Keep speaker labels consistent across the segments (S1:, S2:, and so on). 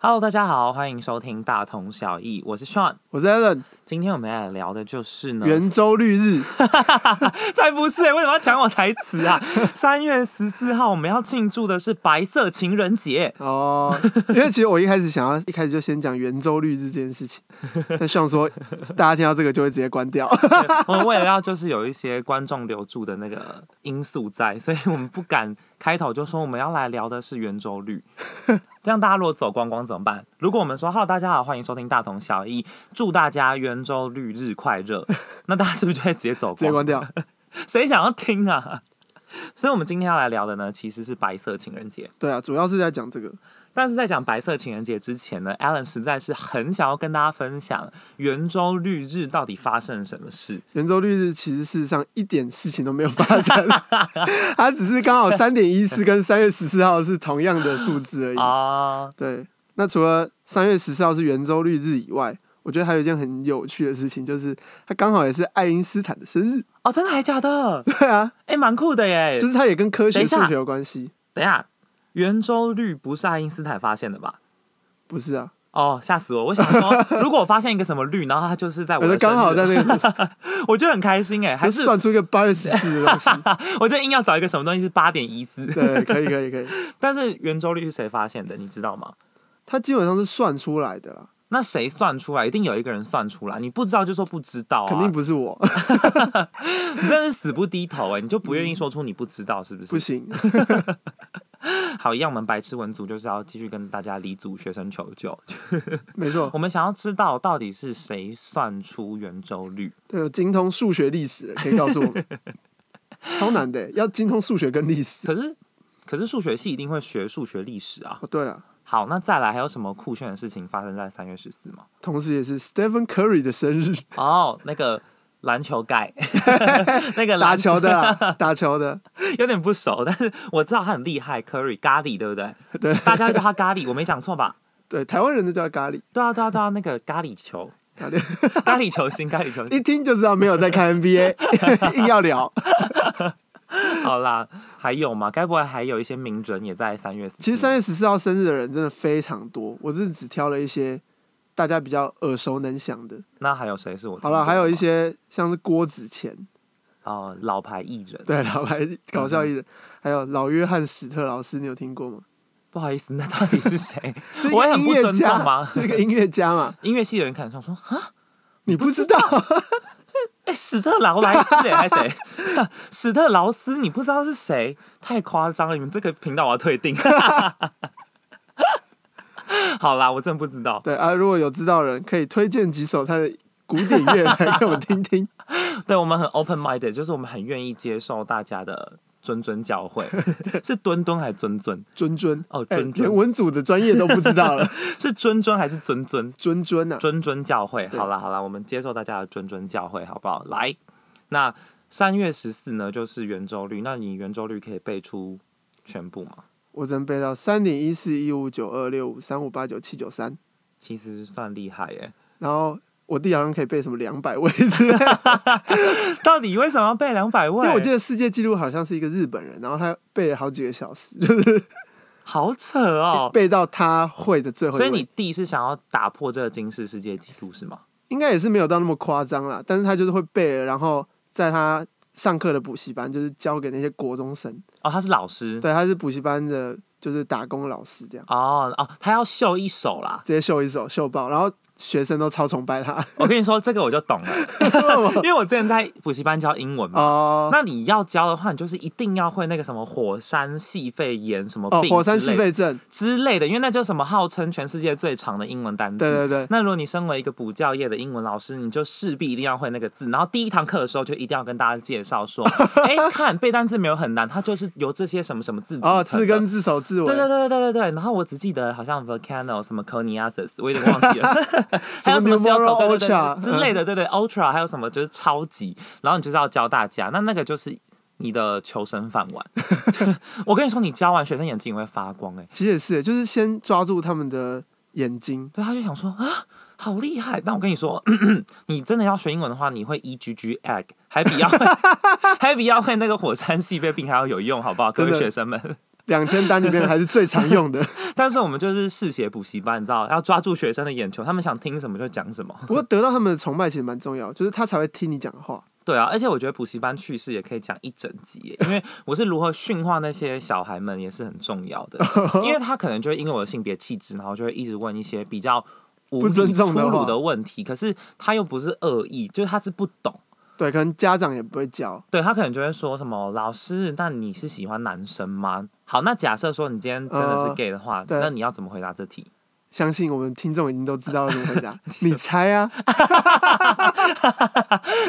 S1: Hello，大家好，欢迎收听《大同小异》，我是 Sean。
S2: 我是 Allen，
S1: 今天我们来聊的就是呢，
S2: 圆周 率日，
S1: 才不是、欸，为什么要抢我台词啊？ 三月十四号我们要庆祝的是白色情人节。
S2: 哦，因为其实我一开始想要一开始就先讲圆周率日这件 事情，但希望说大家听到这个就会直接关掉。
S1: 我们为了要就是有一些观众留住的那个因素在，所以我们不敢开头就说我们要来聊的是圆周率。 这样大家如果走光光怎么办？如果我们说 “Hello，大家好，欢迎收听大同小异，祝大家圆周率日快乐”，那大家是不是就会直接走
S2: 直接
S1: 光？
S2: 关掉。
S1: 谁想要听啊？ 所以，我们今天要来聊的呢，其实是白色情人节。
S2: 对啊，主要是在讲这个。
S1: 但是在讲白色情人节之前呢，Alan 实在是很想要跟大家分享圆周率日到底发生了什么事。
S2: 圆周率日其实事实上一点事情都没有发 生，它只是刚好三点一四跟三月十四号是同样的数字而已。
S1: 啊、
S2: 对，那除了三月十四号是圆周率日以外，我觉得还有一件很有趣的事情，就是它刚好也是爱因斯坦的生日。
S1: 哦，真的还假的？
S2: 对啊，
S1: 哎、蛮酷的耶！
S2: 就是它也跟科
S1: 等
S2: 学
S1: 一下
S2: 数学有关系，
S1: 等一下，圆周率不是爱因斯坦发现的吧？
S2: 不是啊？
S1: 哦，吓死我！我想说，如果我发现一个什么率，然后它就是在我
S2: 我
S1: 的
S2: 说 刚好
S1: 生
S2: 在
S1: 日，
S2: 那个
S1: 我就很开心哎，还
S2: 就是算出一个八月十四的东 西。
S1: 我就硬要找一个什么东西是八点一四，
S2: 对，可以可以可以，
S1: 但是圆周率是谁发现的？你知道吗？
S2: 它基本上是算出来的啦，
S1: 那谁算出来？一定有一个人算出来，你不知道就说不知道啊！
S2: 肯定不是我，
S1: 你真的是死不低头哎、你就不愿意说出你不知道是不是？
S2: 嗯不行。
S1: 好，一样我们白痴文组就是要继续跟大家离组学生求救，
S2: 没错，
S1: 我们想要知道到底是谁算出圆周率。
S2: 对，有精通数学历史的可以告诉我们，超难的，要精通数学跟历史。
S1: 可是，可是数学系一定会学数学历史啊。
S2: 哦，对了，
S1: 好，那再来还有什么酷炫的事情发生在三月十四吗？
S2: 同时也是 Stephen Curry 的生日，
S1: 哦，那个篮球盖， 那个
S2: 打
S1: 篮球
S2: 球的啊，打球的，
S1: 有点不熟，但是我知道他很厉害，Curry 咖喱对不对？
S2: 对
S1: 大家叫他咖喱，我没讲错吧？
S2: 对，台湾人都叫他咖喱，
S1: 对啊，对啊，对啊，那个咖喱球，
S2: 咖喱
S1: 咖喱球星，咖喱球星。
S2: 一听就知道没有在看 NBA，硬 要聊。
S1: 好啦，还有吗？该不会还有一些名人也在三月14？
S2: 其实三月十四号生日的人真的非常多，我真的只挑了一些大家比较耳熟能详的。
S1: 那还有谁是我？
S2: 好了，还有一些像是郭子乾，
S1: 哦，老牌艺人。
S2: 对，老牌搞笑艺人，还有老约翰史特劳斯，你有听过吗？
S1: 不好意思，那到底是谁？
S2: 就一
S1: 我也
S2: 个
S1: 很
S2: 音
S1: 不
S2: 乐
S1: 尊重啊
S2: 家，
S1: 吗？
S2: 就一个音乐家嘛，
S1: 音乐系的人看上说，啊
S2: 你不 知道？
S1: 哎、史特劳莱斯哎、还谁？ 史特劳斯，你不知道是谁？太夸张了！你们这个频道我要退订。 好啦，我真不知道。
S2: 对啊，如果有知道的人，可以推荐几首他的古典乐来给我们听听。
S1: 对我们很 open minded，就是我们很愿意接受大家的谆谆教 诲，是谆谆还是谆谆？
S2: 谆谆
S1: 哦
S2: 哎
S1: 谆谆
S2: 连文组的专业都不知道了，
S1: 是谆谆还是谆谆？
S2: 谆谆啊，
S1: 谆谆教诲。
S2: 对
S1: 好啦好啦，我们接受大家的谆谆教诲，好不好？来，那三月十四呢，就是圆周率。那你圆周率可以背出全部吗？
S2: 我只能背到三点一四一五九二六五三五八九七九三，
S1: 其实算厉害耶。
S2: 然后我弟好像可以背什么两百位之类的，
S1: 到底为什么要背两百位？
S2: 因为我记得世界纪录好像是一个日本人，然后他背了好几个小时，就是
S1: 好扯哦。
S2: 背到他会的最后一
S1: 所
S2: 位。
S1: 以你弟是想要打破这个金氏世界纪录是吗？
S2: 应该也是没有到那么夸张啦，但是他就是会背了，然后在他上课的补习班就是教给那些国中生，
S1: 哦，他是老师。
S2: 对，他是补习班的，就是打工老师这样，
S1: 哦哦，他要秀一手啦。
S2: 直接秀一手秀爆，然后学生都超崇拜他
S1: 我跟你说，这个我就懂了， 因为我之前在补习班教英文嘛。
S2: 哦
S1: 那你要教的话，你就是一定要会那个什么火山系肺炎什么
S2: 哦
S1: 病，
S2: 火山
S1: 之类
S2: 系
S1: 的
S2: 肺症，
S1: 之类的，因为那就是什么号称全世界最长的英文单词。
S2: 对对对，
S1: 那如果你身为一个补教业的英文老师，你就势必一定要会那个字。然后第一堂课的时候，就一定要跟大家介绍 说，哎、看背单词没有很难，它就是由这些什么什么字组成的。
S2: 哦字根字首字
S1: 对对
S2: 尾，
S1: 对对对对，然后我只记得好像 volcano 什么 coniasis，我有点忘记了， 还有什么 c i r c
S2: Numero
S1: l 对对对
S2: Ultra，
S1: 之类的，对对 ultra，还有什么就是超级，然后你就是要教大家，那那个就是你的求生饭碗。 我跟你说，你教完学生眼睛也会发光哎、
S2: 其实也是，就是先抓住他们的眼睛，
S1: 对，他就想说啊，好厉害！但我跟你说， 你真的要学英文的话，你会 E G G egg，还比要会还比要会那个火山系肺病还要有用，好不好，各位
S2: 真的
S1: 学生们？
S2: 两千单里面还是最常用 的。
S1: 但是我们就是嗜血补习班，你知道，要抓住学生的眼球，他们想听什么就讲什么。
S2: 不过得到他们的崇拜其实蛮重要，就是他才会听你讲话。
S1: 对啊，而且我觉得补习班趣事也可以讲一整集 耶，因为我是如何驯化那些小孩们也是很重要 的，因为他可能就会因为我的性别气质，然后就会一直问一些比较无
S2: 不
S1: 理
S2: 尊重
S1: 粗
S2: 的话
S1: 鲁的问题，可是他又不是恶意，就是他是不懂，
S2: 对，可能家长也不会教。
S1: 对他可能就会说什么老师，那你是喜欢男生吗？好，那假设说你今天真的是
S2: 呃
S1: gay 的话，
S2: 对
S1: 那你要怎么回答这题？
S2: 相信我们听众已经都知道要怎么 回答。你猜啊？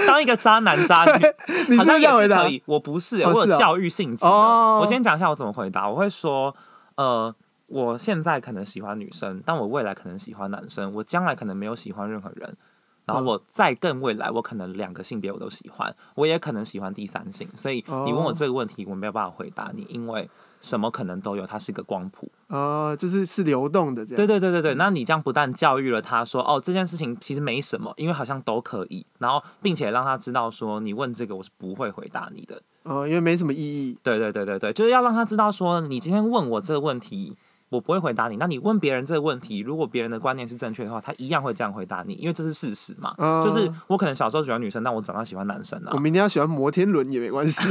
S1: 当一个渣男渣女，
S2: 你
S1: 好
S2: 是
S1: 像
S2: 不
S1: 也
S2: 是这样
S1: 是
S2: 回答
S1: 可？以，我不是欸、
S2: 哦
S1: 我
S2: 是
S1: 有
S2: 哦
S1: 教育性质的。
S2: 哦
S1: 我先讲一下我怎么回答，我会说，呃，我现在可能喜欢女生，但我未来可能喜欢男生，我将来可能没有喜欢任何人。然后
S2: 嗯
S1: 我再更未来，我可能两个性别我都喜欢，我也可能喜欢第三性，所以你问我
S2: 哦
S1: 这个问题，我没有办法回答你，因为什么可能都有，它是一个光谱。
S2: 哦，就是是流动的这
S1: 对
S2: 样。
S1: 对对对对，那你这样不但教育了他说哦这件事情其实没什么，因为好像都可以，然后并且让他知道说你问这个我是不会回答你的。
S2: 哦，因为没什么意义。
S1: 对对对对对，就是要让他知道说你今天问我这个问题。我不会回答你，那你问别人这个问题，如果别人的观念是正确的话，他一样会这样回答你，因为这是事实嘛。
S2: 嗯
S1: 就是我可能小时候喜欢女生，但我长大喜欢男生啊
S2: 我。明天要喜欢摩天轮也没 关系。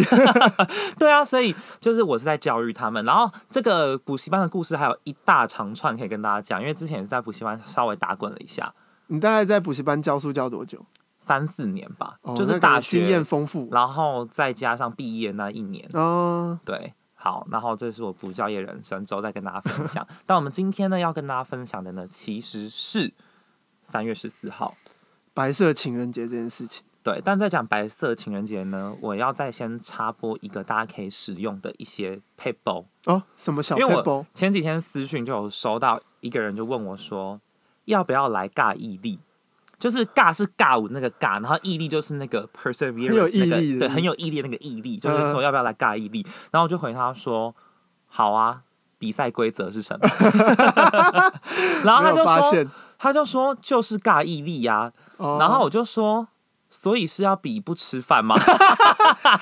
S1: 对啊，所以就是我是在教育他们。然后这个补习班的故事还有一大长串可以跟大家讲，因为之前也是在补习班稍微打滚了一下。
S2: 你大概在补习班教书教多久？
S1: 三四年吧，
S2: 哦、
S1: 就是
S2: 那
S1: 大
S2: 感觉经
S1: 学
S2: 验，丰富。
S1: 然后再加上毕业那一年，
S2: 哦，
S1: 对，好，然后这是我补教业人生之后再跟大家分享。但我们今天呢要跟大家分享的呢，其实是三月十四号，
S2: 白色情人节这件事情。
S1: 对。但在讲白色情人节呢，我要再先插播一个大家可以使用的一些 p a p e
S2: 哦，什么小
S1: 因为
S2: p
S1: 我
S2: e
S1: 前几天私讯就有收到一个人就问我说，要不要来尬毅力？就是尬是尬舞那个尬，然后毅力就是那个 perseverance
S2: 很有毅
S1: 那个
S2: 力的嗯
S1: 对，很有毅力的那个毅力，就是说要不要来尬毅力？然后我就回他说，好啊，比赛规则是 什么？然后他
S2: 没有
S1: 就
S2: 发
S1: 说，
S2: 现。
S1: 他就说就是尬毅力呀、
S2: 哦
S1: 然后我就说，所以是要比不吃饭吗？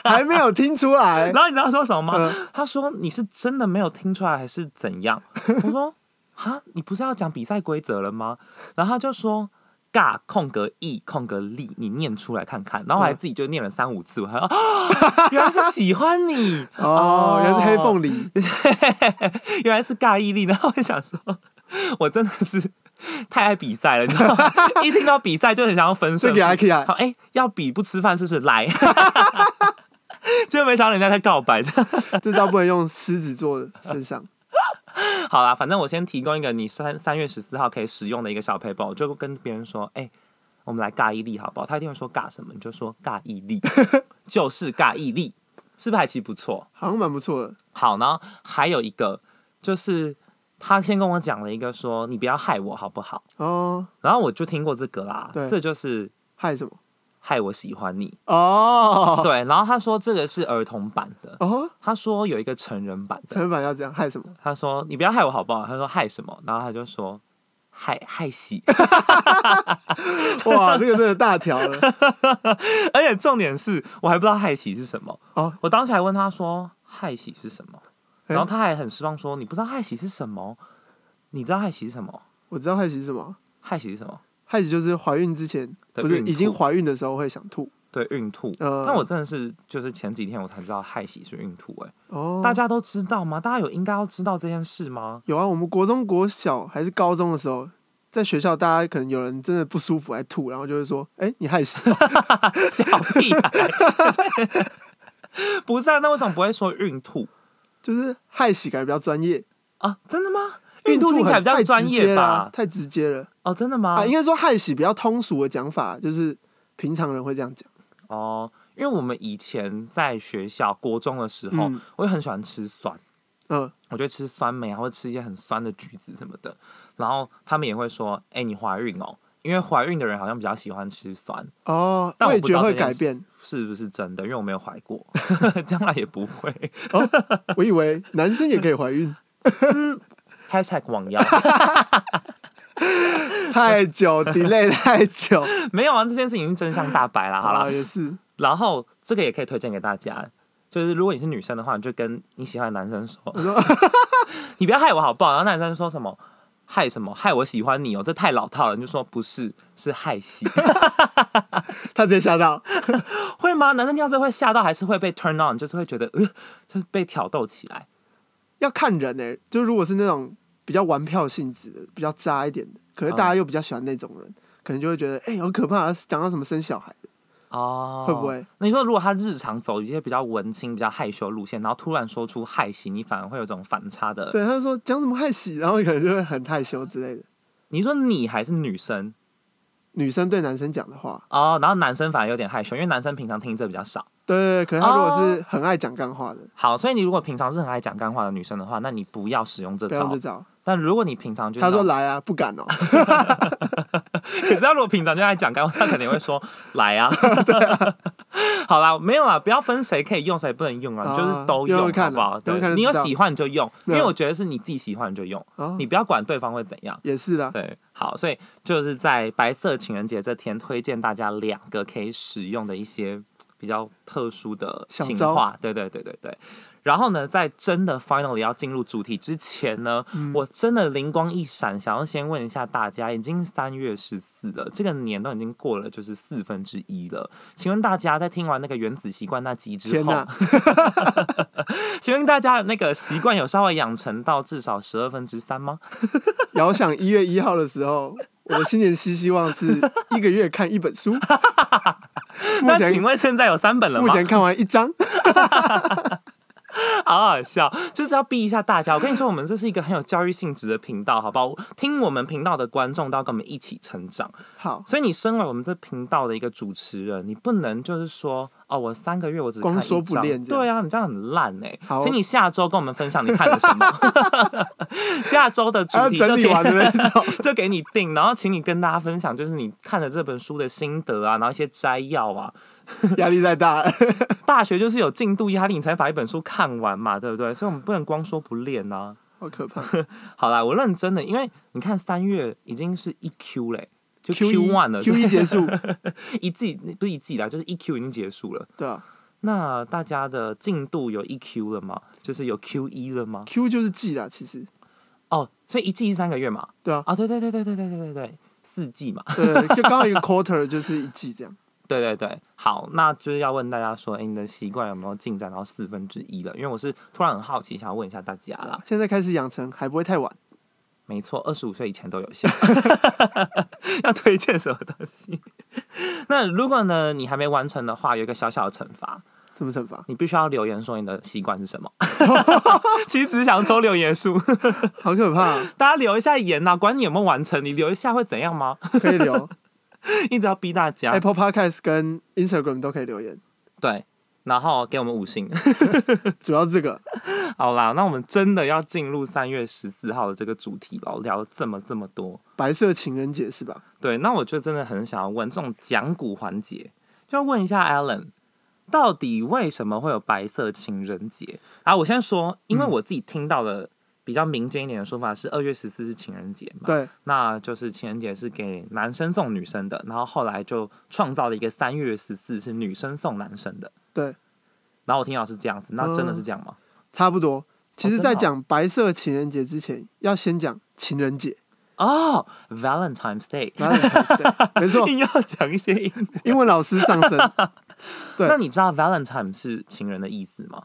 S2: 还没有听 出来。
S1: 然后你知道他说什么吗？他说你是真的没有听出来还是怎样？ 我说哈，你不是要讲比赛规则了吗？然后他就说。尬空格 e 空格力，你念出来看看，然后我还自己就念了三五次，我还啊， 原来是喜欢你，
S2: 哦，原来是黑凤梨。
S1: 原来是尬毅力，然后我就想说，我真的是太爱比赛了，你知道吗？ 一听到比赛就很想要分手
S2: 这，个还可 以啊
S1: 好，。哎、要比不吃饭是不是？来， 结果没想到人家在告白，
S2: 这招不能用狮子座的身上。
S1: 好啦，反正我先提供一个你三三月十四号可以使用的一个小 paper，我就跟别人说，哎、我们来尬毅力好不好？他一定会说尬什么，你就说尬毅 力，就是尬毅力，是不是还其实不错？
S2: 好像蛮不错的。
S1: 好，然后还有一个就是他先跟我讲了一个说，你不要害我好不好？
S2: 哦，
S1: 然后我就听过这个啦，
S2: 对
S1: 这就是
S2: 害什么？
S1: 害我喜欢你，
S2: 哦，
S1: 对。然后他说这个是儿童版的，
S2: 哦，
S1: 他说有一个成人版的，
S2: 成人版要这样害什么？
S1: 他说：“你不要害我好不好？”他说：“害什么？”然后他就说：“害害喜。
S2: 哇，这个真的大条了。”
S1: 而且重点是我还不知道害喜是什么。
S2: 哦哎
S1: 我当时还问他说：“害喜是什么？”
S2: 诶
S1: 然后他还很失望说：“你不知道害喜是什么？你知道害喜是什么？
S2: 我知道害喜是什么，
S1: 害喜是什么？
S2: 害喜就是怀孕之前，
S1: 对
S2: 不是
S1: 孕吐
S2: 已经怀孕的时候会想吐。
S1: 对，孕吐。
S2: 呃
S1: 但我真的是就是前几天我才知道害喜是孕吐、欸。
S2: 哦，
S1: 大家都知道吗？大家有应该要知道这件事吗？
S2: 有啊，我们国中、国小还是高中的时候。在学校，大家可能有人真的不舒服，还吐，然后就会说：“哎、你害喜。
S1: 小屁孩， 不是啊？那为什么不会说孕吐”
S2: 就是害喜，感觉比较专业。
S1: 啊？真的吗？
S2: 孕
S1: 孕吐
S2: 吐
S1: 听起来比较
S2: 很
S1: 专业吧？
S2: 太直接了
S1: 哦，真的吗？
S2: 啊！应该说害喜比较通俗的讲法，就是平常人会这样讲。
S1: 哦，因为我们以前在学校国中的时候，
S2: 嗯
S1: 我也很喜欢吃酸，
S2: 嗯，
S1: 我觉得吃酸梅啊，或者吃一些很酸的橘子什么的。然后他们也会说：“哎、你怀孕哦。”因为怀孕的人好像比较喜欢吃酸，
S2: 哦，
S1: 但我
S2: 味
S1: 不知
S2: 觉
S1: 道
S2: 会
S1: 这件
S2: 改
S1: 事
S2: 变。
S1: 是不是真的？因为我没有怀过， 将来也不会。
S2: 我以为男生也可以怀孕，
S1: #hashtag 网 谣
S2: 太久 delay 太久。
S1: 没有啊，这件事情已经真相大白了。好
S2: 啊
S1: 了，
S2: 也是
S1: 然后这个也可以推荐给大家，就是如果你是女生的话，你就跟你喜欢的男生说， 你不要害我好不好？然后男生说什么害什么害我喜欢你哦，这太老套了。你就说不是，是害 喜，
S2: 他直接吓到，
S1: 会吗？男生听到这会吓到，还是会被 turn on，就是会觉得呃，就是被挑逗起来。
S2: 要看人呢、欸就如果是那种比较玩票性质的、比较渣一点的，可是大家
S1: 嗯
S2: 又比较喜欢那种人，可能就会觉得哎、好可怕，讲到什么生小孩的，
S1: 哦，
S2: 会不会？
S1: 那你说，如果他日常走一些比较文青、比较害羞的路线，然后突然说出害喜，你反而会有一种反差的。
S2: 对，他就说讲什么害喜，然后可能就会很害羞之类的。
S1: 你说你还是女生
S2: 女生对男生讲的话，
S1: 哦，然后男生反而有点害羞，因为男生平常听这比较少。
S2: 对对对，可是他如果
S1: 哦
S2: 是很爱讲干话的，
S1: 好，所以你如果平常是很爱讲干话的女生的话，那你不要使用这
S2: 不要用
S1: 招
S2: 这。招。
S1: 但如果你平常就
S2: 他说来啊，不敢 哦、
S1: 可 是他如果平常就爱讲干话，他肯定会 说来啊。 好啦，没有啦，不要分谁可以用，谁不能用啊，
S2: 啊
S1: 就是都
S2: 用
S1: 用
S2: 用看
S1: 好不好？
S2: 啊用用看
S1: 对，
S2: 就
S1: 你有
S2: 知道
S1: 喜欢你就用，因
S2: 对啊
S1: 为我觉得是你自己喜欢你就用，
S2: 哦，
S1: 你不要管对方会怎样。
S2: 也是啦，
S1: 对，好，所以就是在白色情人节这天，推荐大家两个可以使用的一些比较特殊的
S2: 小
S1: 情
S2: 招
S1: 话。对对对对对。然后呢，在真的 finally 要进入主题之前呢，
S2: 嗯
S1: 我真的灵光一闪，想要先问一下大家，已经三月十四了，这个年都已经过了，就是四分之一了。请问大家在听完那个原子习惯那集之
S2: 天
S1: 后
S2: 哪，
S1: 请问大家的那个习惯有稍微养成到至少十二分之三吗？
S2: 遥想一月一号的时候，我的新年新希望是一个月看一 本书。目
S1: 那
S2: 前
S1: 请问现在有三本了吗？
S2: 目前看完一章，
S1: 好好笑，就是要避一下大家。我跟你说，我们这是一个很有教育性质的频道，好不好？听我们频道的观众都要跟我们一起成长，
S2: 好，
S1: 所以你身为我们这频道的一个主持人，你不能就是说哦，我三个月我只看
S2: 光
S1: 一
S2: 说不
S1: 张
S2: 练这样
S1: 对啊，你这样很烂哎、
S2: 好
S1: 请你下周跟我们分享你看了什么， 下周的主
S2: 还要
S1: 题就
S2: 啊
S1: 可
S2: 整理
S1: 以
S2: 完的那种。
S1: 就给你定，然后请你跟大家分享，就是你看了这本书的心得啊，然后一些摘要啊，
S2: 压力太大了。
S1: 大学就是有进度压力，你才把一本书看完嘛，对不对？所以我们不能光说不练啊。
S2: 好 可怕！
S1: 好啦，我认真的，因为你看三月已经是一 Q 嘞、就 Q
S2: 一
S1: one 了
S2: Q 一结束，
S1: 一季 不是一季啦，就是一 Q 已经结束了。
S2: 对啊
S1: 那大家的进度有一 Q 了吗？就是有 Q 一了吗？
S2: ，Q 就是季啦，其实
S1: 哦，所以一季是三个月嘛？
S2: 对啊，
S1: 啊，对对对对对对对对对，四季嘛。
S2: 对，就刚好一个 quarter 就是一季这样。
S1: 对对对，好，那就是要问大家说，哎、你的习惯有没有进展到四分之一了？因为我是突然很好奇，想要问一下大家啦。
S2: 现在开始养成还不会太晚，
S1: 没错，二十五岁以前都有效。 要推荐什么东西？ 那如果呢，你还没完成的话，有一个小小的惩罚，
S2: 怎么惩罚？
S1: 你必须要留言说你的习惯是什么。 其实只是想抽留言数，
S2: 好可怕，
S1: 大家留一下言呐、管你有没有完成，你留一下会怎样吗？
S2: 可以
S1: 啊
S2: 留
S1: 一直要逼大家
S2: Apple Podcast 跟 Instagram 都可以留言，
S1: 对，然后给我们五星。
S2: 主要这个
S1: 好啦，那我们真的要进入三月十四号的这个主题了，聊了这么这么多。
S2: 白色情人节是吧？
S1: 对，那我就真的很想要问这种讲古环节，就要问一下 Alan，到底为什么会有白色情人节？啊，我先说，因为
S2: 嗯
S1: 我自己听到的比较民间一点的说法是，二月十四是情人节嘛，
S2: 对，
S1: 那就是情人节是给男生送女生的，然后后来就创造了一个三月十四是女生送男生的。
S2: 对。
S1: 然后我听到是这样子，那真的
S2: 嗯
S1: 是这样吗？
S2: 差不多。其实，在
S1: 哦真的
S2: 讲白色情人节之前，要先讲情人节，
S1: 哦、v a l e n t i n e s Day，
S2: 然后才是对 没错，
S1: 硬要讲一些英文。
S2: 英文老师上身。对
S1: 那你知道 Valentine 是情人的意思吗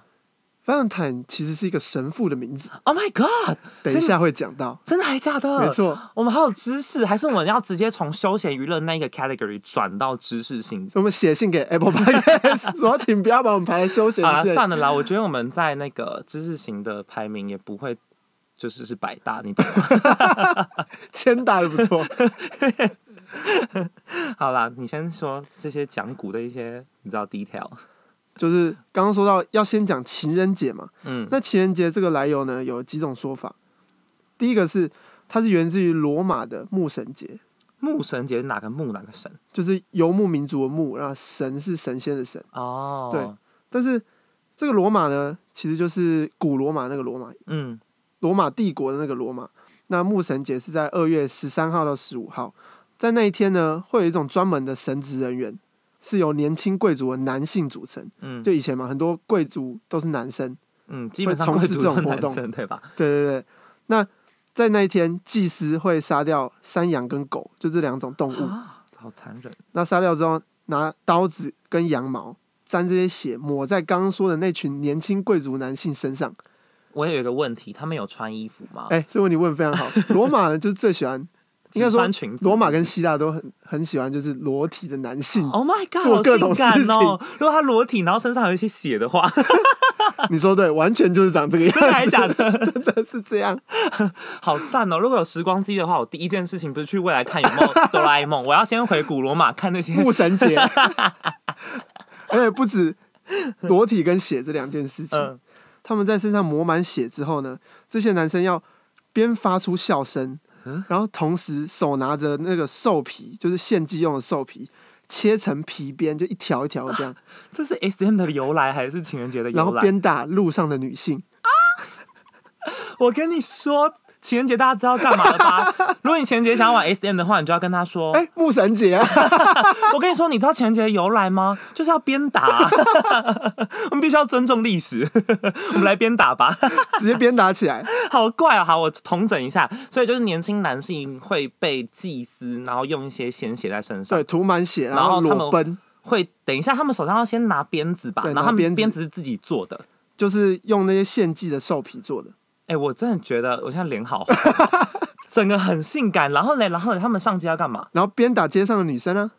S2: Valentine 其实是一个神父的名字，
S1: ？Oh my god！
S2: 等一下会讲到，
S1: 真的还假的？
S2: 没，错。
S1: 我们还有知识，还是我们要直接从休闲娱乐那一个 category 转到知识性？
S2: 我们写信给 Apple Podcast，说请不要把我们排在休闲
S1: 啊，
S2: 界。
S1: 算了啦，我觉得我们在那个知识型的排名也不会。就是是百大， 你懂吗
S2: 签打的不 错。
S1: 好啦，你先说这些讲古的一些，你知道 detail，
S2: 就是刚刚说到要先讲情人节嘛，
S1: 嗯，
S2: 那情人节这个来由呢，有几种说法。第一个是它是源自于罗马的牧神节，
S1: 木神节是哪个木哪个神？
S2: 就是游牧民族的牧，然后神是神仙的神。
S1: 哦，
S2: 对，但是这个罗马呢，其实就是古罗马那个罗马，
S1: 嗯，
S2: 罗马帝国的那个罗马。那牧神节是在二月十三号到十五号，在那一天呢，会有一种专门的神职人员是由年轻贵族的男性组成。
S1: 嗯
S2: 就以前嘛，很多贵族都是男生。
S1: 嗯，基本上
S2: 从
S1: 贵
S2: 事
S1: 族
S2: 这种
S1: 都
S2: 活
S1: 男
S2: 动
S1: 生对吧？
S2: 对对对，那在那一天，祭司会杀掉山羊跟狗，就这两种动物。
S1: 啊，好残忍。
S2: 那杀掉之后，拿刀子跟羊毛沾这些血，抹在刚刚说的那群年轻贵族男性身上。
S1: 我也有一个问题，他们有穿衣服吗？
S2: 哎、这问题问得非常好。罗马呢，就是最喜欢，
S1: 只
S2: 应该说
S1: 穿裙子。
S2: 罗马跟希腊都很很喜欢，就是裸体的男性。
S1: Oh my god，
S2: 嗯做
S1: 好
S2: 各
S1: 性
S2: 种
S1: 感
S2: 事情
S1: 哦！如果他裸体，然后身上有一些血的 话，
S2: 你说对，完全就是长这个样
S1: 真的还是
S2: 子，
S1: 假的？
S2: 真的是这样。
S1: 好赞哦！如果有时光机的话，我第一件事情不是去未来看有 没有哆啦 A 梦，我要先回古罗马看那些。
S2: 木 神节，而且不止裸体跟血这两件事情，
S1: 嗯
S2: 他们在身上抹满血之后呢，这些男生要边发出笑声，
S1: 嗯
S2: 然后同时手拿着那个兽皮，就是献祭用的兽皮，切成皮鞭，就一条一条的这
S1: 啊
S2: 样，
S1: 这是 S M 的由来还是情人节的
S2: 然
S1: 由
S2: 后
S1: 来？
S2: 鞭打路上的女性。
S1: 我跟你说，情人节大家知道干嘛了 吧？如果你情人节想要玩 S M 的话，你就要跟他说。
S2: 哎、木神节啊，
S1: 我跟你说，你知道情人节的由来吗？就是要鞭打、啊 我们必须要尊重历史， 我们来鞭打吧。
S2: 直接鞭打起来。
S1: 好怪哦！好，我统整一下，所以就是年轻男性会被祭司，然后用一些鲜血在身上，
S2: 对，涂满血，
S1: 然后他们
S2: 裸奔，
S1: 会等一下他们手上要先拿鞭子吧，
S2: 对
S1: 然后他
S2: 拿鞭
S1: 们
S2: 子
S1: 鞭子是自己做的。
S2: 就是用那些献祭的兽皮做的。
S1: 哎、我真的觉得我现在脸好 红哦，整个很性感。然后嘞，然后嘞他们上街要干嘛
S2: 然后鞭打街上的女生啊，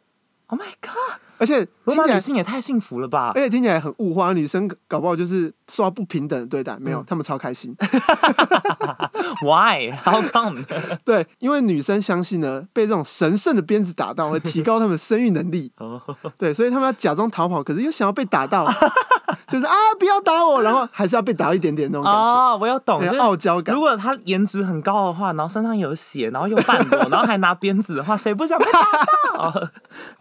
S1: ？Oh my god！
S2: 而且
S1: 罗
S2: 听
S1: 马
S2: 起来
S1: 女性也太幸福了吧！
S2: 而且听起来很物化，女生搞不好就是受到不平等的对待，没
S1: 嗯
S2: 有，她们超开心。
S1: Why？How come？，
S2: 对，因为女生相信呢，被这种神圣的鞭子打到会提高她们生育能力
S1: 哦
S2: 对，所以她们要假装逃跑，可是又想要被 打到，就是啊，不要打我，然后还是要被打一点点那种感觉，
S1: 哦，我有懂，
S2: 那
S1: 就
S2: 种
S1: 是
S2: 傲娇感
S1: 如。果他颜值很高的话，然后身上有血，然后又半裸，然后还拿鞭子的话，谁不想被打 到？哦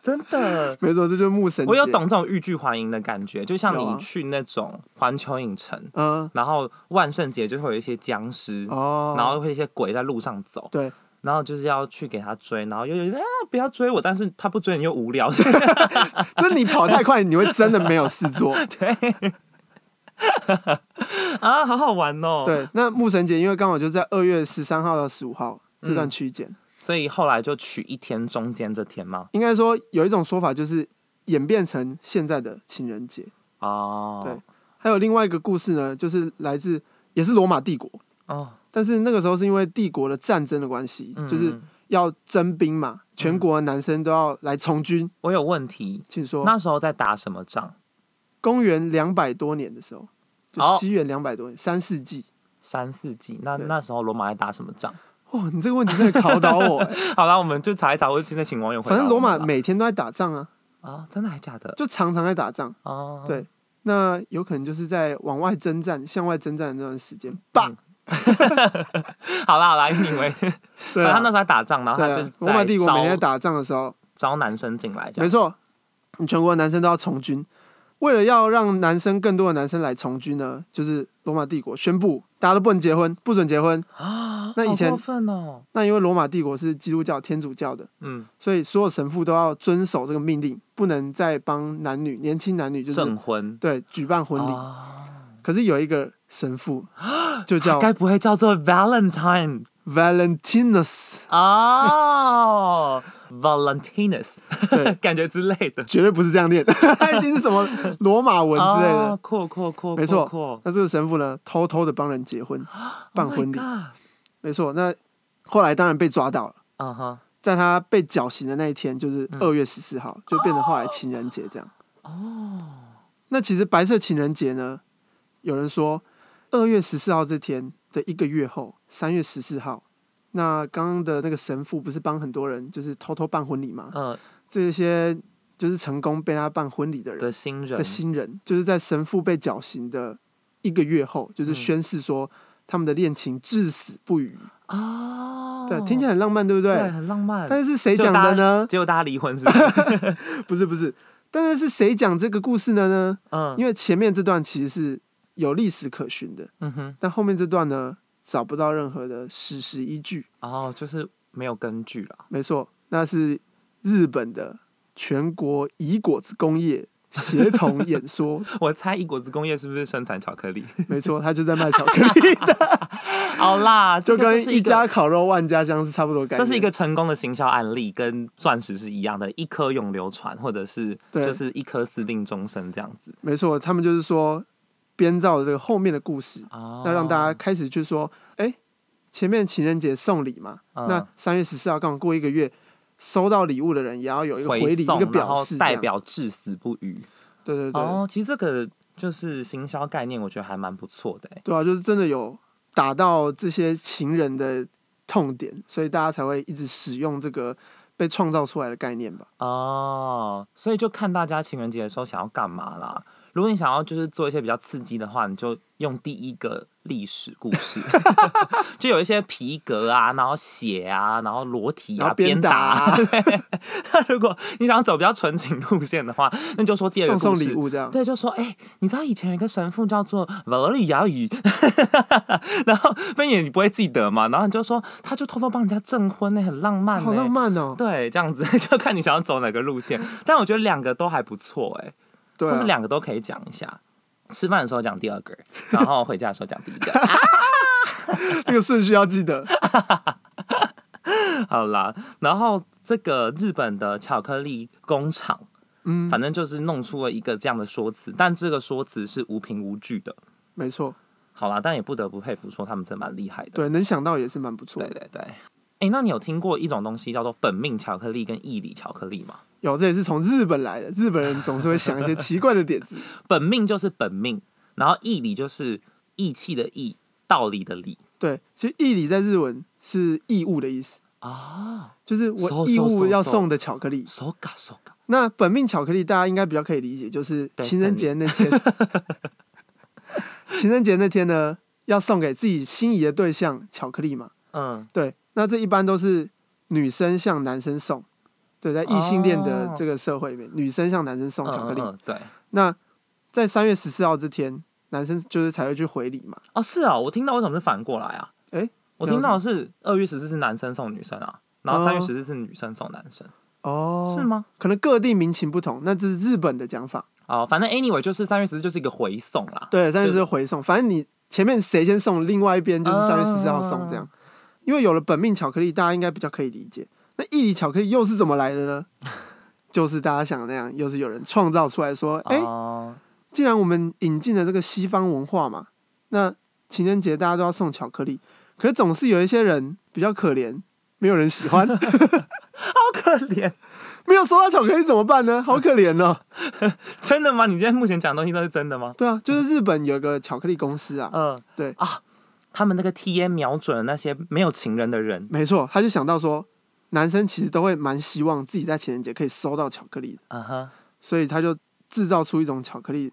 S1: 真的，
S2: 没错，这就是木神。
S1: 我有，懂这种欲拒还迎的感觉，就像
S2: 有啊
S1: 你去那种环球影城，
S2: 嗯，
S1: 然后万圣节就会有一些僵尸，
S2: 哦，
S1: 然后会有一些鬼在路上走，
S2: 对，
S1: 然后就是要去给他追，然后又有人啊不要追我，但是他不追你又无聊， 所以
S2: 就是你跑太快，你会真的没有事做。
S1: 对。 啊，好好玩哦！，
S2: 对，那木神节因为刚好就是在二月十三号到十五号这
S1: 嗯
S2: 段区间，
S1: 所以后来就取一天中间这天嘛。
S2: 应该说有一种说法就是演变成现在的情人节。
S1: 哦，
S2: 对还有另外一个故事呢，就是来自也是罗马帝国，
S1: 哦，
S2: 但是那个时候是因为帝国的战争的关系，
S1: 嗯
S2: 就是要征兵嘛，全国的男生都要来从军。
S1: 我有问题，
S2: 请说，
S1: 那时候在打什么仗？
S2: 公元两百多年的时候，就
S1: 好
S2: 西元两百多年，三世纪。
S1: 三世纪，那
S2: 对
S1: 那时候罗马在打什么仗？
S2: 哇，你这个问题真的考 倒我、欸！
S1: 好啦，我们就查一查，或者现在请网友回答
S2: 反正罗
S1: 我
S2: 马
S1: 们吧。
S2: 每天都在打仗啊，
S1: 啊，真的还假的？
S2: 就常常在打仗。
S1: 哦，
S2: 对那有可能就是在往外征战、向外征战的那段时
S1: 嗯
S2: 间，吧？
S1: 好啦好啦，因为
S2: 对
S1: 他那时
S2: 啊，
S1: 候在打仗，然后他
S2: 对
S1: 就
S2: 啊
S1: 是，
S2: 罗马帝国每天在
S1: 招
S2: 打仗的时候，
S1: 招男生进来，这
S2: 没
S1: 样
S2: 错，你全国的男生都要从军。为了要让男生更多的男生来从军呢，就是罗马帝国宣布大家都不能结婚，不准结婚。那以
S1: 好
S2: 前
S1: 过分哦，
S2: 那因为罗马帝国是基督教、天主教的，
S1: 嗯，
S2: 所以所有神父都要遵守这个命令，不能再帮男女、年轻男女就是
S1: 证婚
S2: 对举办婚礼。
S1: 哦啊
S2: 可是有一个神父就叫
S1: 该不会叫做 Valentine
S2: Valentinus，
S1: 哦，Valentinus，
S2: 对
S1: 感觉之类的，
S2: 绝对不是这 样念，他一定是什么罗马文之类的
S1: 哦。酷酷酷，
S2: 没错
S1: 酷酷
S2: 那这个神父呢，偷偷的帮人结婚，办
S1: Oh my
S2: 婚礼。
S1: God
S2: 没错，那后来当然被抓到了，
S1: 嗯哼，
S2: 在他被绞刑的那一天，就是
S1: 嗯
S2: 二月十四号，就变成后来情人节这样。哦，那其实白色情人节呢，有人说二月十四号这天的一个月后，三月十四号，那刚刚的那个神父不是帮很多人就是偷偷办婚礼嘛？
S1: 嗯，
S2: 这些就是成功被他办婚礼的人
S1: 的新人
S2: 的新人，就是在神父被绞刑的一个月后，就是
S1: 嗯
S2: 宣誓说。他们的恋情至死不渝，
S1: 哦，
S2: 对，听起来很浪漫，对不对？
S1: 很浪漫。
S2: 但
S1: 是
S2: 是是谁讲的呢？
S1: 结果大家离婚是不是？
S2: 不是不是，但是是谁讲这个故事的呢？
S1: 嗯
S2: 因为前面这段其实是有历史可循的，
S1: 嗯哼，
S2: 但后面这段呢找不到任何的史实依据。
S1: 哦，就是没有根据了。
S2: 没错，那是日本的全国以果子工业协同演说，
S1: 我猜一果子工业是不是生产巧克力？
S2: 没错，他就在卖巧克力，
S1: 好啦，这
S2: 就
S1: 个
S2: 跟
S1: 是
S2: 一
S1: 个
S2: 家烤肉万家香是差不多的概
S1: 这
S2: 念。
S1: 是一个成功的行销案例，跟钻石是一样的，一颗永流传，或者是
S2: 对
S1: 就是一颗私定终身这样子。
S2: 没错，他们就是说编造了这个后面的故事，
S1: 哦
S2: 那让大家开始去说，哎、前面情人节送礼嘛，
S1: 嗯
S2: 那三月十四号刚好过一个月，收到礼物的人也要有一个
S1: 回
S2: 礼，
S1: 送
S2: 一个
S1: 然
S2: 表
S1: 后
S2: 示，
S1: 代，表至死不渝。
S2: 对对对，
S1: 哦，其实这个就是行销概念，我觉得还蛮不错的欸。
S2: 对啊，就是真的有打到这些情人的痛点，所以大家才会一直使用这个被创造出来的概念吧。
S1: 哦，所以就看大家情人节的时候想要干嘛啦。如果你想要就是做一些比较刺激的话，你就用第一个历史故事， 就有一些皮革啊，然后血啊，然后裸体
S2: 然
S1: 啊，
S2: 后鞭
S1: 鞭
S2: 打
S1: 打
S2: 啊
S1: 啊。 对 如果你想走比较纯情路线的话，那就说第二个
S2: 送送
S1: 故事。
S2: 礼物这样，
S1: 对，就说哎、你知道以前有一个神父叫做瓦罗里亚语， 然后飞姐你不会记得嘛？然后你就说他就偷偷帮人家证婚呢、很浪漫、呢。
S2: 好浪漫哦、
S1: 对，这样子 就看你想要走哪个路线。但我觉得两个都还不错哎、
S2: 对、
S1: 或是
S2: 啊，
S1: 两个都可以讲一下。吃饭的时候讲第二个，然后回家的时候讲第一个。
S2: 这个顺序要记得。
S1: 好啦，然后这个日本的巧克力工厂，
S2: 嗯，
S1: 反正就是弄出了一个这样的说辞，但这个说辞是无凭无据的。
S2: 没错，
S1: 好啦，但也不得不佩服，说他们真的蛮厉害的。
S2: 对，能想到也是蛮不错
S1: 对
S2: 的。
S1: 对对。哎、那你有听过一种东西叫做本命巧克力跟义理巧克力吗？
S2: 有，这也是从日本来的，日本人总是会想一些奇怪的点 子。
S1: 本命就是本命，然后义理就是义气的义，道理的理。
S2: 对，其实义理在日文是义务的意思啊，就是我
S1: 收
S2: 义
S1: 收
S2: 务
S1: 收
S2: 要
S1: 收
S2: 送的巧克力。
S1: 手嘎手嘎，
S2: 那本命巧克力大家应该比较可以理解，就是
S1: 对
S2: 情人节那天， 情人节那天呢，要送给自己心仪的对象巧克力嘛。
S1: 嗯，
S2: 对，那这一般都是女生向男生送，对，在异性恋的
S1: 哦
S2: 这个社会里面，女生向男生送巧克力。
S1: 嗯嗯嗯对。
S2: 那在三月十四号这天，男生就是才会去回礼嘛。
S1: 哦，是啊，我听到为什么是反过来啊？
S2: 诶
S1: 我
S2: 这样
S1: 听到的是二月十四是男生送女生啊，然后三月十四是女生送男生，
S2: 哦，
S1: 是吗？
S2: 可能各地民情不同，那这是日本的讲法。
S1: 哦，反正 anyway 就是三月十四就是一个回送啦。
S2: 对，三月
S1: 就
S2: 十四回送，反正你前面谁先送，另外一边就是三月十四号送这样。因为有了本命巧克力，大家应该比较可以理解。那义理巧克力又是怎么来的呢？ 就是大家想的那样，又是有人创造出来说，哎、
S1: 哦
S2: 既然我们引进了这个西方文化嘛，那情人节大家都要送巧克力，可是总是有一些人比较可怜，没有人喜欢，
S1: 好可怜，
S2: 没有收到巧克力怎么办呢？好可怜哦。
S1: 真的吗？你今天目前讲的东西都是真的吗？
S2: 对啊，就是日本有个巧克力公司啊，
S1: 嗯、
S2: 对
S1: 啊，他们那个 T A 瞄准了那些没有情人的人，
S2: 没错，他就想到说，男生其实都会蛮希望自己在情人节可以收到巧克力的，
S1: 嗯哼，
S2: 所以他就制造出一种巧克力，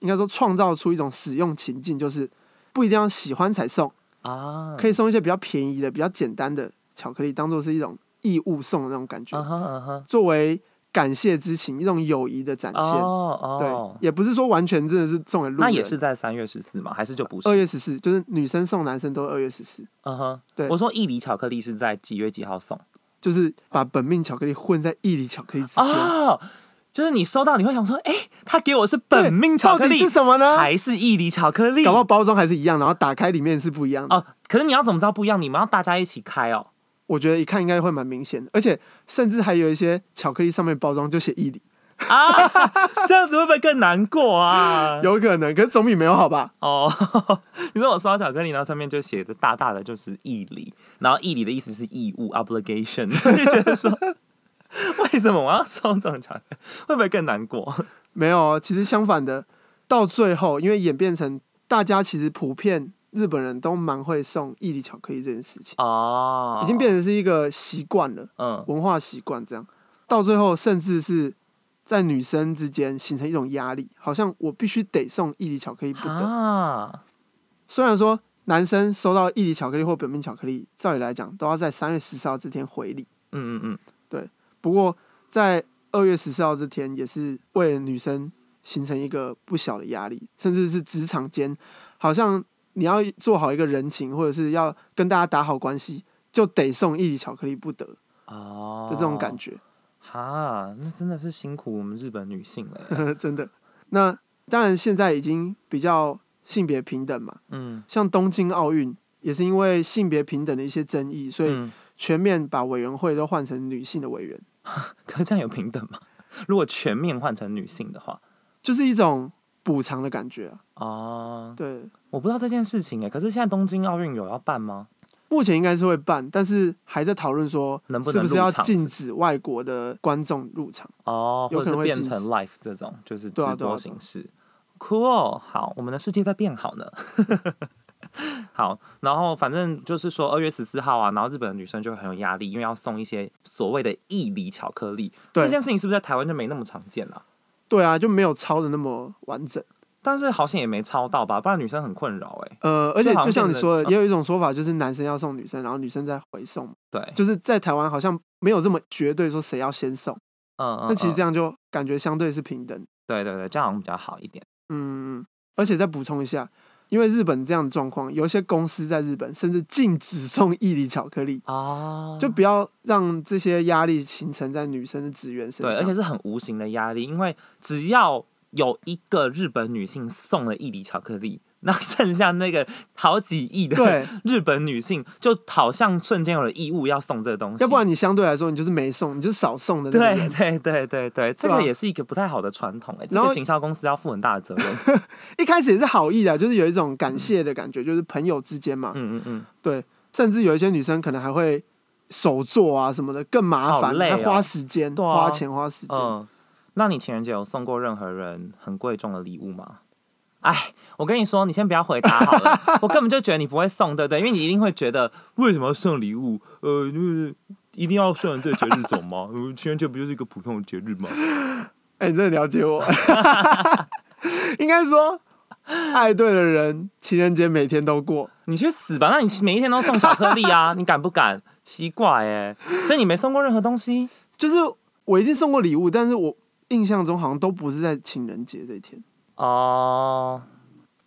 S2: 应该说创造出一种使用情境，就是不一定要喜欢才送，
S1: 啊，
S2: 可以送一些比较便宜的、比较简单的巧克力，当做是一种义务送的那种感觉，
S1: 嗯哼嗯哼，
S2: 作为感谢之情，一种友谊的展现。
S1: 哦哦
S2: 对，，也不是说完全真的是送给路人，
S1: 那也是在三月十四吗？还是就不是
S2: 二？月十四，就是女生送男生都是二月十四，
S1: 呃嗯哼，
S2: 对
S1: 我说一厘巧克力是在几月几号送？
S2: 就是把本命巧克力混在义理巧克力之间。
S1: 哦，就是你收到你会想说，哎、他给我是本命巧克
S2: 到底
S1: 力
S2: 是，什么呢？
S1: 还是一厘巧克力？
S2: 搞不好包装还是一样，然后打开里面是不一样的。
S1: 哦，可是你要怎么知道不一样？你们要大家一起开哦。
S2: 我觉得一看应该会蛮明显的，而且甚至还有一些巧克力上面包装就写伊利，
S1: 啊， 这样子会不会更难过啊？
S2: 有可能，可是总比没有好吧？
S1: 哦， 你说我收到巧克力，然后上面就写的大大的就是义理，然后义理的意思是义务 （obligation），就觉得说，为什么我要收这种巧克力？会不会更难过？
S2: 没有哦，其实相反的，到最后因为演变成大家其实普遍日本人都蛮会送伊利巧克力这件事情，
S1: 哦，
S2: 已经变成是一个习惯了，
S1: 嗯
S2: 文化习惯这样，到最后甚至是。在女生之间形成一种压力，好像我必须得送伊利巧克力不得，
S1: 啊，
S2: 虽然说男生收到一礼巧克力或本命巧克力，照理来讲都要在三月十四号这天回礼，
S1: 嗯嗯嗯，
S2: 不过在二月十四号这天，也是为了女生形成一个不小的压力，甚至是职场间，好像你要做好一个人情，或者是要跟大家打好关系，就得送一礼巧克力不得
S1: 哦
S2: 的这种感觉。
S1: 哈，那真的是辛苦我们日本女性了耶。
S2: 真的。那当然，现在已经比较性别平等嘛，
S1: 嗯，
S2: 像东京奥运也是因为性别平等的一些争议，所以
S1: 嗯
S2: 全面把委员会都换成女性的委员，
S1: 可这样有平等吗？如果全面换成女性的话，
S2: 就是一种补偿的感觉啊。
S1: 哦、
S2: 对，
S1: 我不知道这件事情哎。可是现在东京奥运有要办吗？
S2: 目前应该是会办，但是还在讨论说
S1: 能不
S2: 是
S1: 能
S2: 不
S1: 入
S2: 是要
S1: 场
S2: 禁止外国的观众入场。
S1: 哦、
S2: 有
S1: 或
S2: 可
S1: 者是
S2: 能会
S1: 变
S2: 禁
S1: 成
S2: 止
S1: live 这种，就是
S2: 对啊
S1: 直
S2: 对
S1: 播
S2: 啊对啊
S1: 形式。Cool，好，我们的世界在变好呢。 好，然后反正就是说二月十四号啊，然后日本的女生就会很有压力，因为要送一些所谓的义理巧克力。
S2: 对
S1: 这件事情是不是在台湾就没那么常见了、
S2: 对啊，就没有抄的那么完整。
S1: 但是好像也没抄到吧，不然女生很困扰哎、
S2: 呃，而且
S1: 这好像嗯
S2: 就像你
S1: 变成
S2: 说的，也有一种说法就是男生要送女生，然后女生再回送嘛，
S1: 对，
S2: 就是在台湾好像没有这么绝对说谁要先送。
S1: 嗯嗯，
S2: 那其实这
S1: 样，
S2: 样就感觉相对是平等。
S1: 对对对，这样好像比较好一点。
S2: 嗯，嗯，而且再补充一下，因为日本这样的状况，有一些公司在日本甚至禁止送伊犁巧克力，
S1: 哦，
S2: 就不要让这些压力形成在女生的职员身
S1: 对，而且
S2: 上。
S1: 是很无形的压力，因为只要有一个日本女性送了一粒巧克力，那剩下那个好几亿的
S2: 对，
S1: 日本女性，就好像瞬间有了义务要送这个东西，
S2: 要不然你相对来说你就是没送，你就是少送的那个
S1: 对对
S2: 人。
S1: 对对对，这
S2: 对
S1: 个
S2: 啊
S1: 也是一个不太好的传统哎、这
S2: 然
S1: 个
S2: 后
S1: 行销公司要负很大的责 任。
S2: 一开始也是好意的，啊就是有一种感谢的感觉，就是朋友之间嘛。
S1: 嗯嗯嗯，
S2: 甚至有一些女生可能还会手做啊什么的，更麻
S1: 好
S2: 烦，
S1: 累哦
S2: 还花时间、
S1: 对啊
S2: 花钱、花时间。
S1: 嗯，那你情人节有送过任何人很贵重的礼物吗？哎，我跟你说，你先不要回答好 了，我根本就觉得你不会送，对不对？因为你一定会觉得为什么要送礼物？呃，就是一定要顺着这个节日走 吗？呃情人节不就是一个普通的节日吗？
S2: 哎、你真的了解我。 应该说，爱对的人，情人节每天都过。
S1: 你去死吧！那你每一天都送巧克力啊， 你敢不敢？奇怪哎、所以你没送过任何东西
S2: 就是我已经送过礼物，但是我印象中好像都不是在情人节这一天。
S1: 哦、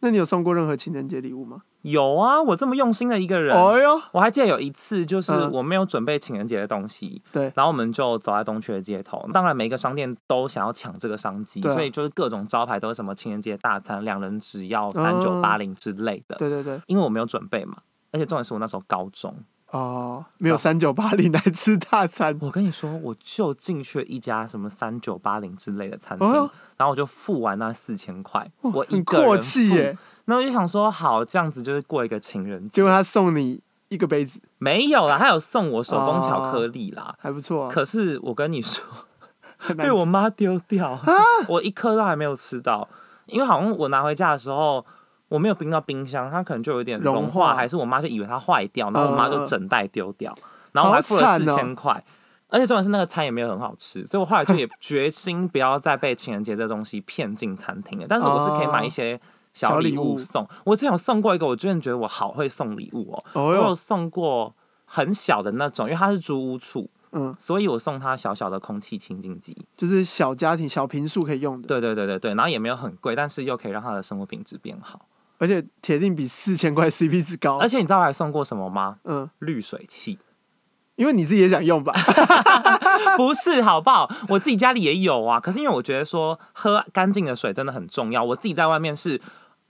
S2: 那你有送过任何情人节礼物吗？
S1: 有啊，我这么用心的一个人，
S2: 哎呦，
S1: 我还记得有一次，就是
S2: 嗯
S1: 我没有准备情人节的东西，
S2: 对
S1: 然后我们就走在东区的街头。当然，每一个商店都想要抢这个商机，
S2: 对啊
S1: 所以就是各种招牌都是什么情人节大餐，两人只要三九八零之类的。
S2: 嗯对对对，
S1: 因为我没有准备嘛，而且重点是我那时候高中。
S2: 哦，没
S1: 啊
S2: 有三九八零来吃大餐，
S1: 我跟你说，我就进去了一家什么三九八零之类的餐厅，
S2: 哎呦
S1: 然后我就付完那四千块，我一
S2: 很
S1: 个人
S2: 阔气
S1: 付
S2: 耶。。
S1: 那我就想说，好，这样子就是过一个情人节。
S2: 结果他送你一个杯子，
S1: 没有啦，他有送我手工巧克力啦。
S2: 还不错、啊，
S1: 可是我跟你说，
S2: 很难
S1: 被我妈丢掉，
S2: 啊
S1: 我一颗都还没有吃到，因为好像我拿回家的时候。我没有冰到冰箱，它可能就有点融化，
S2: 融化嗯
S1: 还是我妈就以为它坏掉，然后我妈就整袋丢掉，然后我
S2: 好
S1: 还付了
S2: 惨
S1: 四
S2: 哦
S1: 千块，而且重点是那个餐也没有很好吃，所以我后来 就也决心不要再被情人节这东西骗进餐厅了。但是我是可以买一些小
S2: 哦小
S1: 礼
S2: 礼
S1: 物
S2: 物
S1: 送，我之前有送过一个，我真的觉得我好会送礼物哦，
S2: 哦
S1: 我有
S2: 哟，
S1: 送过很小的那种，因为它是租屋处，
S2: 嗯，
S1: 所以我送他小小的空气清净机。
S2: 就是小家庭小平数可以用的，
S1: 对对对对对，然后也没有很贵，但是又可以让他的生活品质变好。
S2: 而且铁定比四千块 CP 值高
S1: 而。且你知道我还送过什么吗？
S2: 嗯，
S1: 滤水器，
S2: 因为你自己也想用吧？
S1: 不是好不好？我自己家里也有啊，可是因为我觉得说喝干净的水真的很重要。我自己在外面是，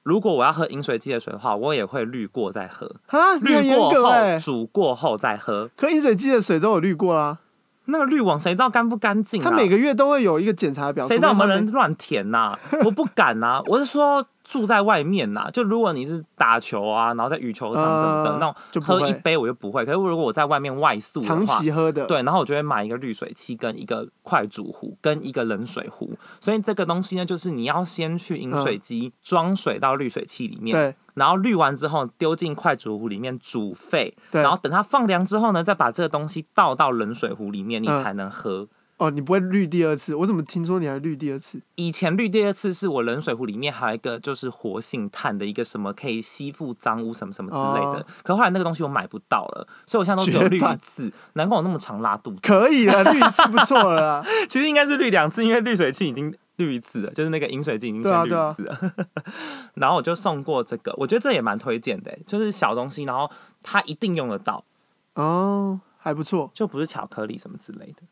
S1: 如果我要喝饮水机的水的话，我也会滤过再喝，
S2: 啊，你很
S1: 滤
S2: 严
S1: 过
S2: 格
S1: 后
S2: 哎、
S1: 煮过后再喝。
S2: 可饮水机的水都有滤过啦、啊
S1: 那个滤网谁知道干不干净、啊？
S2: 它每个月都会有一个检查表，
S1: 谁知道我
S2: 除非
S1: 们
S2: 它
S1: 人
S2: 没
S1: 乱填呐、我不敢呐、我是说住在外面呐、就如果你是打球啊，然后在羽球场什么的，
S2: 呃
S1: 那
S2: 就
S1: 种
S2: 不
S1: 喝
S2: 会
S1: 一杯我就不会。可是如果我在外面外宿的
S2: 长
S1: 话，
S2: 期啊喝的，，
S1: 对，然后我就会买一个滤水器、跟一个快煮壶、跟一个冷水壶。所以这个东西呢，就是你要先去饮水机装水到滤水器里面，
S2: 嗯对
S1: 然后滤完之后丢进快煮壶里面煮沸，
S2: 对
S1: 然后等它放凉之后呢，再把这个东西倒到冷水壶里面，你
S2: 嗯
S1: 才能喝。
S2: 哦，你不会滤第二次？我怎么听说你还滤第二次？
S1: 以前滤第二次是我冷水壶里面还有一个就是活性炭的一个什么可以吸附脏污什么什么之类的，
S2: 哦
S1: 可后来那个东西我买不到了，所以我现在都只有
S2: 绝
S1: 滤一
S2: 版
S1: 次，难怪我那么常拉肚子。
S2: 可以了，滤一次不错了啦。
S1: 其实应该是滤两次，因为滤水器已经滤一次了，就是那个饮水机已经
S2: 对啊
S1: 先滤一次了。 然后我就送过这个，我觉得这也蛮推荐的、欸就是小东西，然后它一定用得到，
S2: 哦，还不错。
S1: 就不是巧克力什么之类的。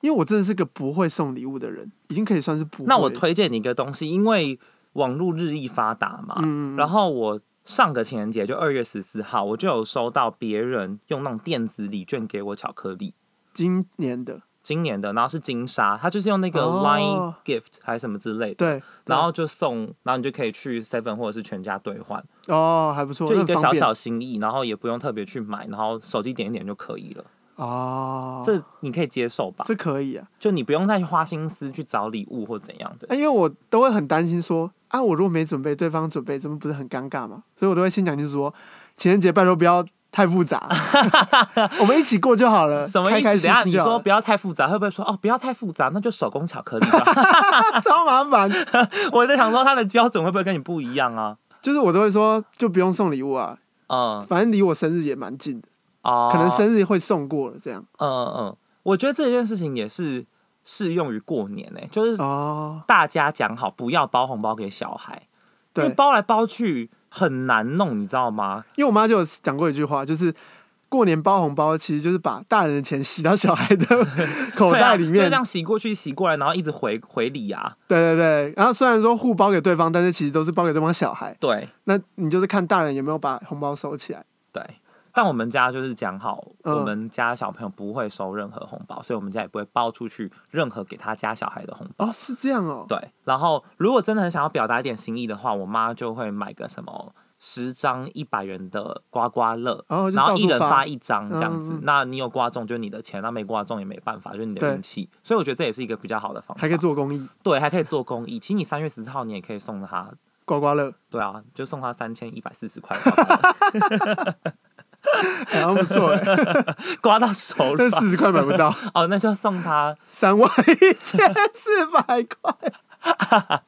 S2: 因为我真的是个不会送礼物的人，已经可以算是不会了。
S1: 那我推荐你一个东西，因为网络日益发达嘛，
S2: 嗯，嗯，
S1: 然后我上个情人节就二月十四号，我就有收到别人用那种电子礼券给我巧克力，
S2: 今年的
S1: 今年的，然后是金沙，它就是用那个
S2: 哦
S1: Line Gift 还是什么之类的，
S2: 对，
S1: 然后就送，然后你就可以去 Seven 或者是全家兑换，
S2: 对哦还不错，
S1: 就一
S2: 那
S1: 个小
S2: 很方便
S1: 小心意，然后也不用特别去买，然后手机点一点就可以了，
S2: 哦，
S1: 这你可以接受吧？
S2: 这可以啊，
S1: 就你不用再花心思去找礼物或怎样的。
S2: 哎，因为我都会很担心说啊，我如果没准备，对方准备，这不不是很尴尬嘛？所以我都会先讲清楚说，情人节拜托不要太复杂， 我们一起过就好了，
S1: 什么意思？
S2: 开开心
S1: 等一下
S2: 心
S1: 你
S2: 就好
S1: 说
S2: 了
S1: 不要太复杂，会不会说哦不要太复杂，那就手工巧克力吧？
S2: 超麻烦，
S1: 我在想说他的标准会不会跟你不一样啊？
S2: 就是我都会说就不用送礼物啊，
S1: 嗯，
S2: 反正离我生日也蛮近的，
S1: 哦，
S2: 可能生日会送过了这样。
S1: 嗯嗯嗯，我觉得这件事情也是适用于过年呢、就是
S2: 哦，
S1: 大家讲好不要包红包给小孩，因为
S2: 对，
S1: 包来包去很难弄，你知道吗？
S2: 因为我妈就有讲过一句话，就是。过年包红包其实就是把大人的钱洗到小孩的 口
S1: 对啊
S2: 袋里
S1: 就
S2: 面
S1: 这，样洗过去洗过来，然后一直回回礼啊，
S2: 对对对，然后虽然说互包给对方，但是其实都是包给对方小孩。
S1: 对
S2: 那你就是看大人有没有把红包收起来。
S1: 对。但我们家就是讲好，
S2: 嗯
S1: 我们家小朋友不会收任何红包，所以我们家也不会包出去任何给他家小孩的红包
S2: 哦，。是这样哦。
S1: 对，然后如果真的很想要表达一点心意的话，我妈就会买个什么十张一百元的刮刮乐，
S2: 然哦后就
S1: 然
S2: 到
S1: 后一
S2: 处
S1: 人
S2: 发
S1: 发，一张这样子。
S2: 嗯嗯
S1: 那你有刮中就是你的钱，那没刮中也没办法，就是你的
S2: 对
S1: 运气。所以我觉得这也是一个比较好的方法，
S2: 还可以做公益，
S1: 对，还可以做公益。其实你三月十四号你也可以送他，
S2: 刮刮 乐，
S1: 对啊，就送他三千一百四十块刮刮乐
S2: 然后不错哎，
S1: 刮到手
S2: 但
S1: 了
S2: 四十块买不 到，
S1: 哦，那就送他
S2: 三万一千四百块。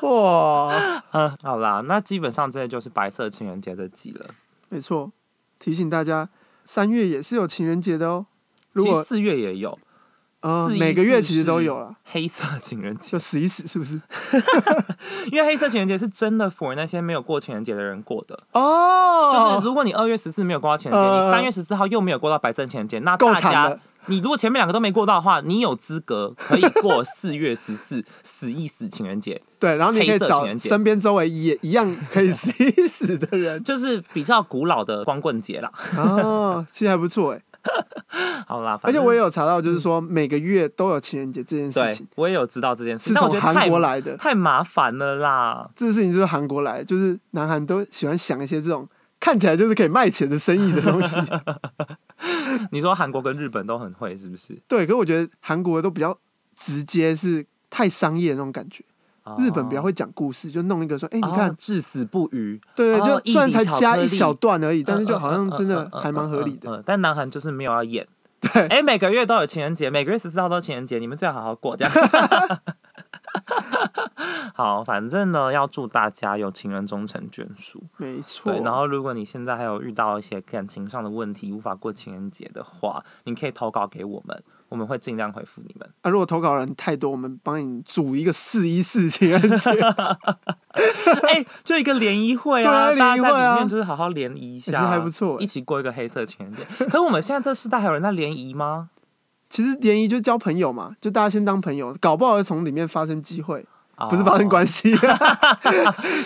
S2: 哇，
S1: 嗯，好啦，那基本上这就是白色情人节的集了。
S2: 没错，提醒大家，三月也是有情人节的哦。如
S1: 其实
S2: 果
S1: 四月也有
S2: 嗯、
S1: 四一
S2: 每个月
S1: 四
S2: 其实都
S1: 是
S2: 有啦，
S1: 黑色情人节。
S2: 就死一死是不是？
S1: 因为黑色情人节是真的 for 那些没有过情人节的人过的。就
S2: 哦，
S1: 是如果你二月十四没有过到情人节，
S2: 呃
S1: 你三月十四号又没有过到白色情人节，那
S2: 够
S1: 大
S2: 惨
S1: 家
S2: 了，
S1: 你如果前面两个都没过到的话，你有资格可以过四月十四死一死情人节，
S2: 对，然后你可以
S1: 黑色
S2: 找
S1: 情人节
S2: 身边周围也一样可 以死一死的人
S1: 就是比较古老的光棍节啦。
S2: 哦，其实还不错哎。
S1: 好啦，
S2: 而
S1: 反
S2: 且
S1: 正
S2: 我也有查到，就是说每个月都有情人节这件事
S1: 对
S2: 情，
S1: 我也有知道这件事，
S2: 是
S1: 但我
S2: 从
S1: 觉得
S2: 韩
S1: 太
S2: 国来的。
S1: 太麻烦了啦。
S2: 这件事情就是韩国来的，就是南韩都喜欢想一些这种看起来就是可以卖钱的生意的东西。
S1: 你说韩国跟日本都很会是不是？
S2: 对，可是我觉得韩国都比较直接，是太商业的那种感觉。
S1: 哦
S2: 日本比较会讲故事，就弄一个说，哎，你看
S1: 哦，至死不渝，
S2: 对对，
S1: 哦
S2: 就虽然才加
S1: 一粒巧克
S2: 一
S1: 力
S2: 小段而已，但是
S1: 嗯
S2: 就好像真的
S1: 嗯嗯嗯
S2: 还蛮合理的。
S1: 嗯，嗯但南韩就是没有要演。
S2: 对
S1: 哎、每个月都有情人节，每个月十四号都是情人节，你们最好好好过这 样。好，反正呢，要祝大家有情人终成眷属。
S2: 没错
S1: 对，，然后如果你现在还有遇到一些感情上的问题，无法过情人节的话，你可以投稿给我们，我们会尽量回复你 们。
S2: 啊，如果投稿人太多，我们帮你组一个四一四情人节。
S1: 哎、就一个联谊会
S2: 对啊
S1: 啊，
S2: 联
S1: 大
S2: 谊
S1: 家
S2: 会啊
S1: 在里面就是好好联谊一
S2: 其实
S1: 下，
S2: 还不错欸
S1: 一起过一个黑色情人节。可是我们现在这世代还有人在联谊吗？
S2: 其实联谊就交朋友嘛，就大家先当朋友，搞不好会从里面发生机会，不是发生
S1: 系。
S2: 关系，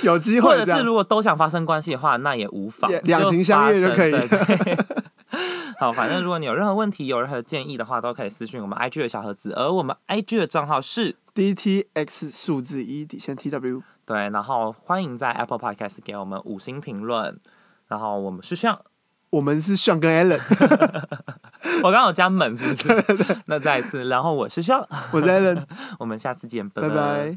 S2: 有机
S1: 哦或
S2: 会
S1: 者
S2: 这
S1: 是
S2: 样。
S1: 如果都想发生关系的话，那也无妨
S2: 也，两情相悦就可以
S1: 就发生。对对 好，反正如果你有任何问题、有任何建议的话，都可以私讯我们 IG 的小盒子，而我们 IG 的账号是
S2: D T X 数字一底线 T W，
S1: 对，然后欢迎在 Apple Podcast 给我们五星评论。然后我们是像
S2: 我们是 Sean 跟 Allen，
S1: 我刚刚有加 猛是不是？那再一次，然后我是像，
S2: 我是 Allen，
S1: 我们下次见，
S2: 拜
S1: 拜
S2: 拜。